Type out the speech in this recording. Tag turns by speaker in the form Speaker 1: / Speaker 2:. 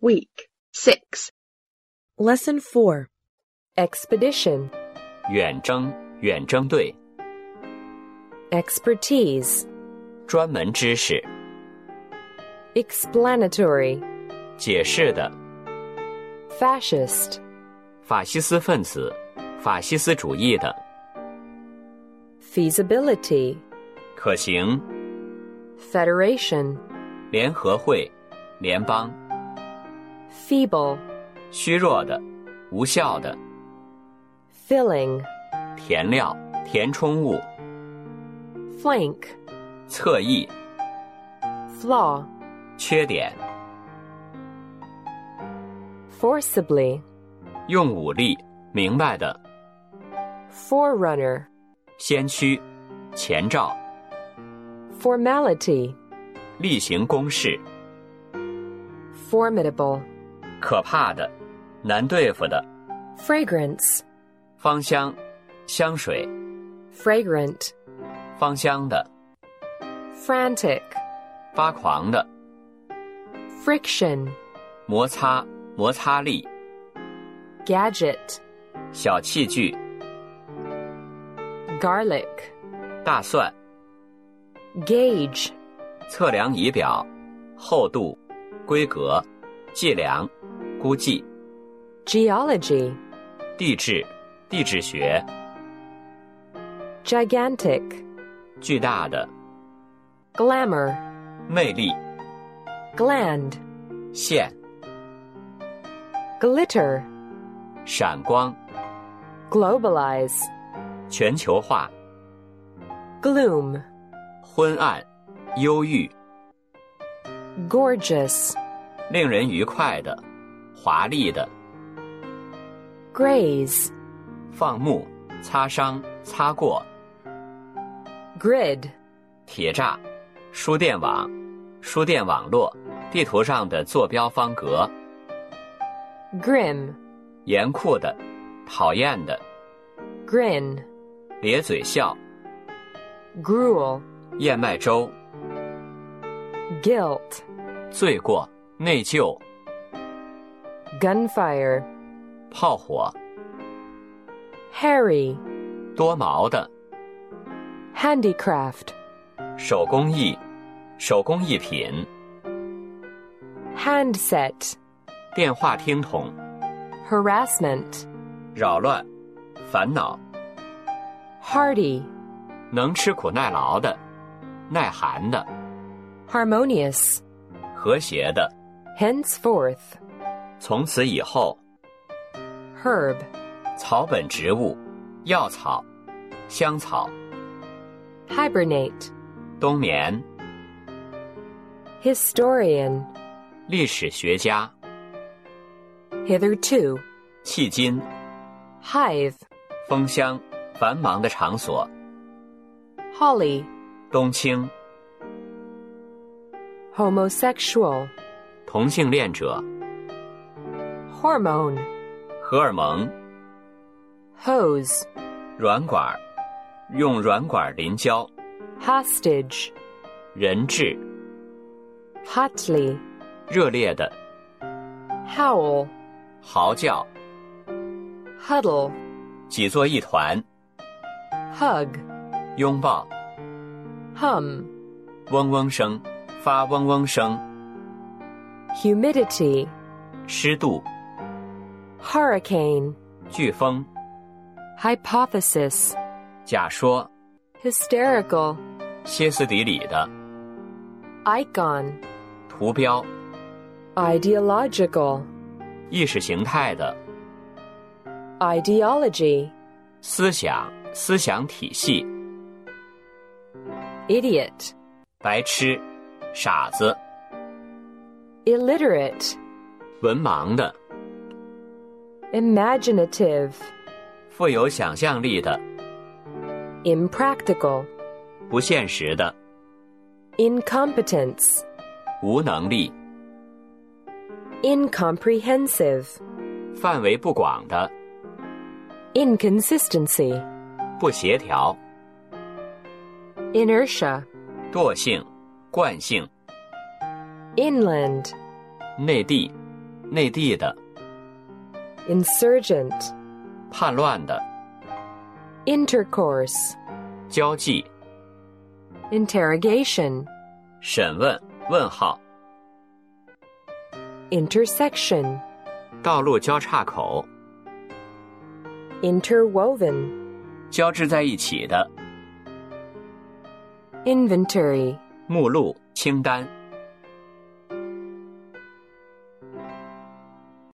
Speaker 1: Week 6.
Speaker 2: Lesson 4 Expedition,
Speaker 3: 远征远征队
Speaker 2: Expertise,
Speaker 3: 专门知识
Speaker 2: Explanatory,
Speaker 3: 解释的
Speaker 2: Fascist,
Speaker 3: 法西斯分子、法西斯主义的
Speaker 2: Feasibility,
Speaker 3: 可行
Speaker 2: Federation,
Speaker 3: 联合会、联邦
Speaker 2: Feeble,
Speaker 3: 虚弱的、无效的
Speaker 2: Filling,
Speaker 3: 填料、填充物、
Speaker 2: Flank,
Speaker 3: 侧翼、
Speaker 2: Flaw,
Speaker 3: 缺点、
Speaker 2: Forcibly,
Speaker 3: 用武力、明白的、
Speaker 2: Forerunner,
Speaker 3: 先驱、前兆、
Speaker 2: Formality,
Speaker 3: 例行公事、
Speaker 2: Formidable,
Speaker 3: 可怕的、难对付的、
Speaker 2: Fragrance,
Speaker 3: 芳香、香水、
Speaker 2: Fragrant,
Speaker 3: 芳香的、
Speaker 2: Frantic,
Speaker 3: 发狂的、
Speaker 2: Friction,
Speaker 3: 摩擦、摩擦力、
Speaker 2: Gadget,
Speaker 3: 小器具、
Speaker 2: Garlic,
Speaker 3: 大蒜、
Speaker 2: Gauge,
Speaker 3: 测量仪表、厚度、规格、计量、估计、
Speaker 2: Geology,
Speaker 3: 地质、地质学、
Speaker 2: Gigantic,
Speaker 3: 巨大的、
Speaker 2: Glamour,
Speaker 3: 魅力、
Speaker 2: Gland,
Speaker 3: 线、
Speaker 2: Glitter,
Speaker 3: 闪光、
Speaker 2: Globalize,
Speaker 3: 全球化、
Speaker 2: Gloom,
Speaker 3: 昏暗、忧郁、
Speaker 2: Gorgeous,
Speaker 3: 令人愉快的、华丽的、
Speaker 2: Graze,
Speaker 3: 放牧、擦伤、擦过、
Speaker 2: Grid,
Speaker 3: 铁栅、输电网、输电网络、地图上的坐标方格。
Speaker 2: Grim,
Speaker 3: 严酷的、讨厌的、
Speaker 2: Grin,
Speaker 3: 咧嘴笑、
Speaker 2: Gruel,
Speaker 3: 燕麦粥、
Speaker 2: Guilt,
Speaker 3: 罪过、内疚、
Speaker 2: Gunfire,
Speaker 3: 炮火、
Speaker 2: Harry,
Speaker 3: 多毛的、
Speaker 2: Handicraft,
Speaker 3: 手工艺、手工艺品、
Speaker 2: Handset,
Speaker 3: 电话听筒、
Speaker 2: Harassment,
Speaker 3: 扰乱、烦恼、
Speaker 2: Hardy,
Speaker 3: 能吃苦耐劳的、耐寒的、
Speaker 2: Harmonious,
Speaker 3: 和谐的。
Speaker 2: Henceforth,
Speaker 3: 从此以后，
Speaker 2: Herb,
Speaker 3: 草本植物、药草、香草、
Speaker 2: Hibernate,
Speaker 3: 冬眠、
Speaker 2: Historian,
Speaker 3: 历史学家、
Speaker 2: Hitherto,
Speaker 3: 迄今、
Speaker 2: Hive,
Speaker 3: 风箱、繁忙的场所。
Speaker 2: Holly,
Speaker 3: 冬青、
Speaker 2: Homosexual,
Speaker 3: 同性恋者、
Speaker 2: Hormone,
Speaker 3: 荷尔蒙、
Speaker 2: Hose,
Speaker 3: 软管儿，用软管儿淋浇、
Speaker 2: Hostage,
Speaker 3: 人质、
Speaker 2: Hotly,
Speaker 3: 热烈的、
Speaker 2: Howl,
Speaker 3: 嚎叫、
Speaker 2: Huddle,
Speaker 3: 挤作一团、
Speaker 2: Hug,
Speaker 3: 拥抱、
Speaker 2: Hum,
Speaker 3: 嗡嗡声、发嗡嗡声、
Speaker 2: Humidity,
Speaker 3: 湿度、
Speaker 2: Hurricane,
Speaker 3: 飓风、
Speaker 2: Hypothesis,
Speaker 3: 假说、
Speaker 2: Hysterical,
Speaker 3: 歇斯底里的
Speaker 2: Icon,
Speaker 3: 图标、
Speaker 2: Ideological,
Speaker 3: 意识形态的
Speaker 2: Ideology,
Speaker 3: 思想、思想体系、
Speaker 2: Idiot,
Speaker 3: 白痴、傻子、
Speaker 2: Illiterate,
Speaker 3: 文盲的、
Speaker 2: Imaginative,
Speaker 3: 富有想象力的、
Speaker 2: Impractical,
Speaker 3: 不现实的。
Speaker 2: Incompetence,
Speaker 3: 无能力、
Speaker 2: Incomprehensive,
Speaker 3: 范围不广的、
Speaker 2: Inconsistency,
Speaker 3: 不协调、
Speaker 2: Inertia,
Speaker 3: 惰性、惯性、
Speaker 2: Inland,
Speaker 3: 内地、内地的、
Speaker 2: insurgent,
Speaker 3: 叛乱的、
Speaker 2: intercourse,
Speaker 3: 交际、
Speaker 2: interrogation,
Speaker 3: 审问、问号、
Speaker 2: intersection,
Speaker 3: 道路交叉口、
Speaker 2: interwoven,
Speaker 3: 交织在一起的
Speaker 2: inventory,
Speaker 3: 目录、清单。